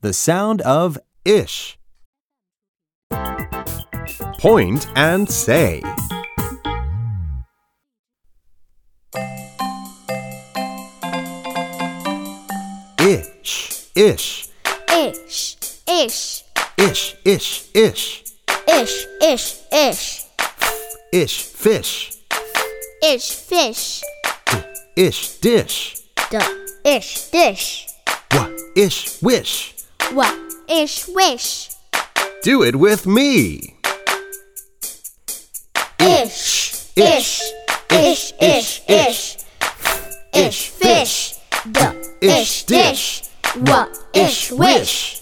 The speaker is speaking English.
The sound of ish. Point and say. Ish, ish, Ish, ish, ish, ish, ish, ish, ish, ish. ish, fish, Ish fish. ish, dish, The ish dish. wa, ish, wish. What ish wish. Do it with me. Ish, ish, ish, ish, ish. Ish fish. The ish dish. What ish wish.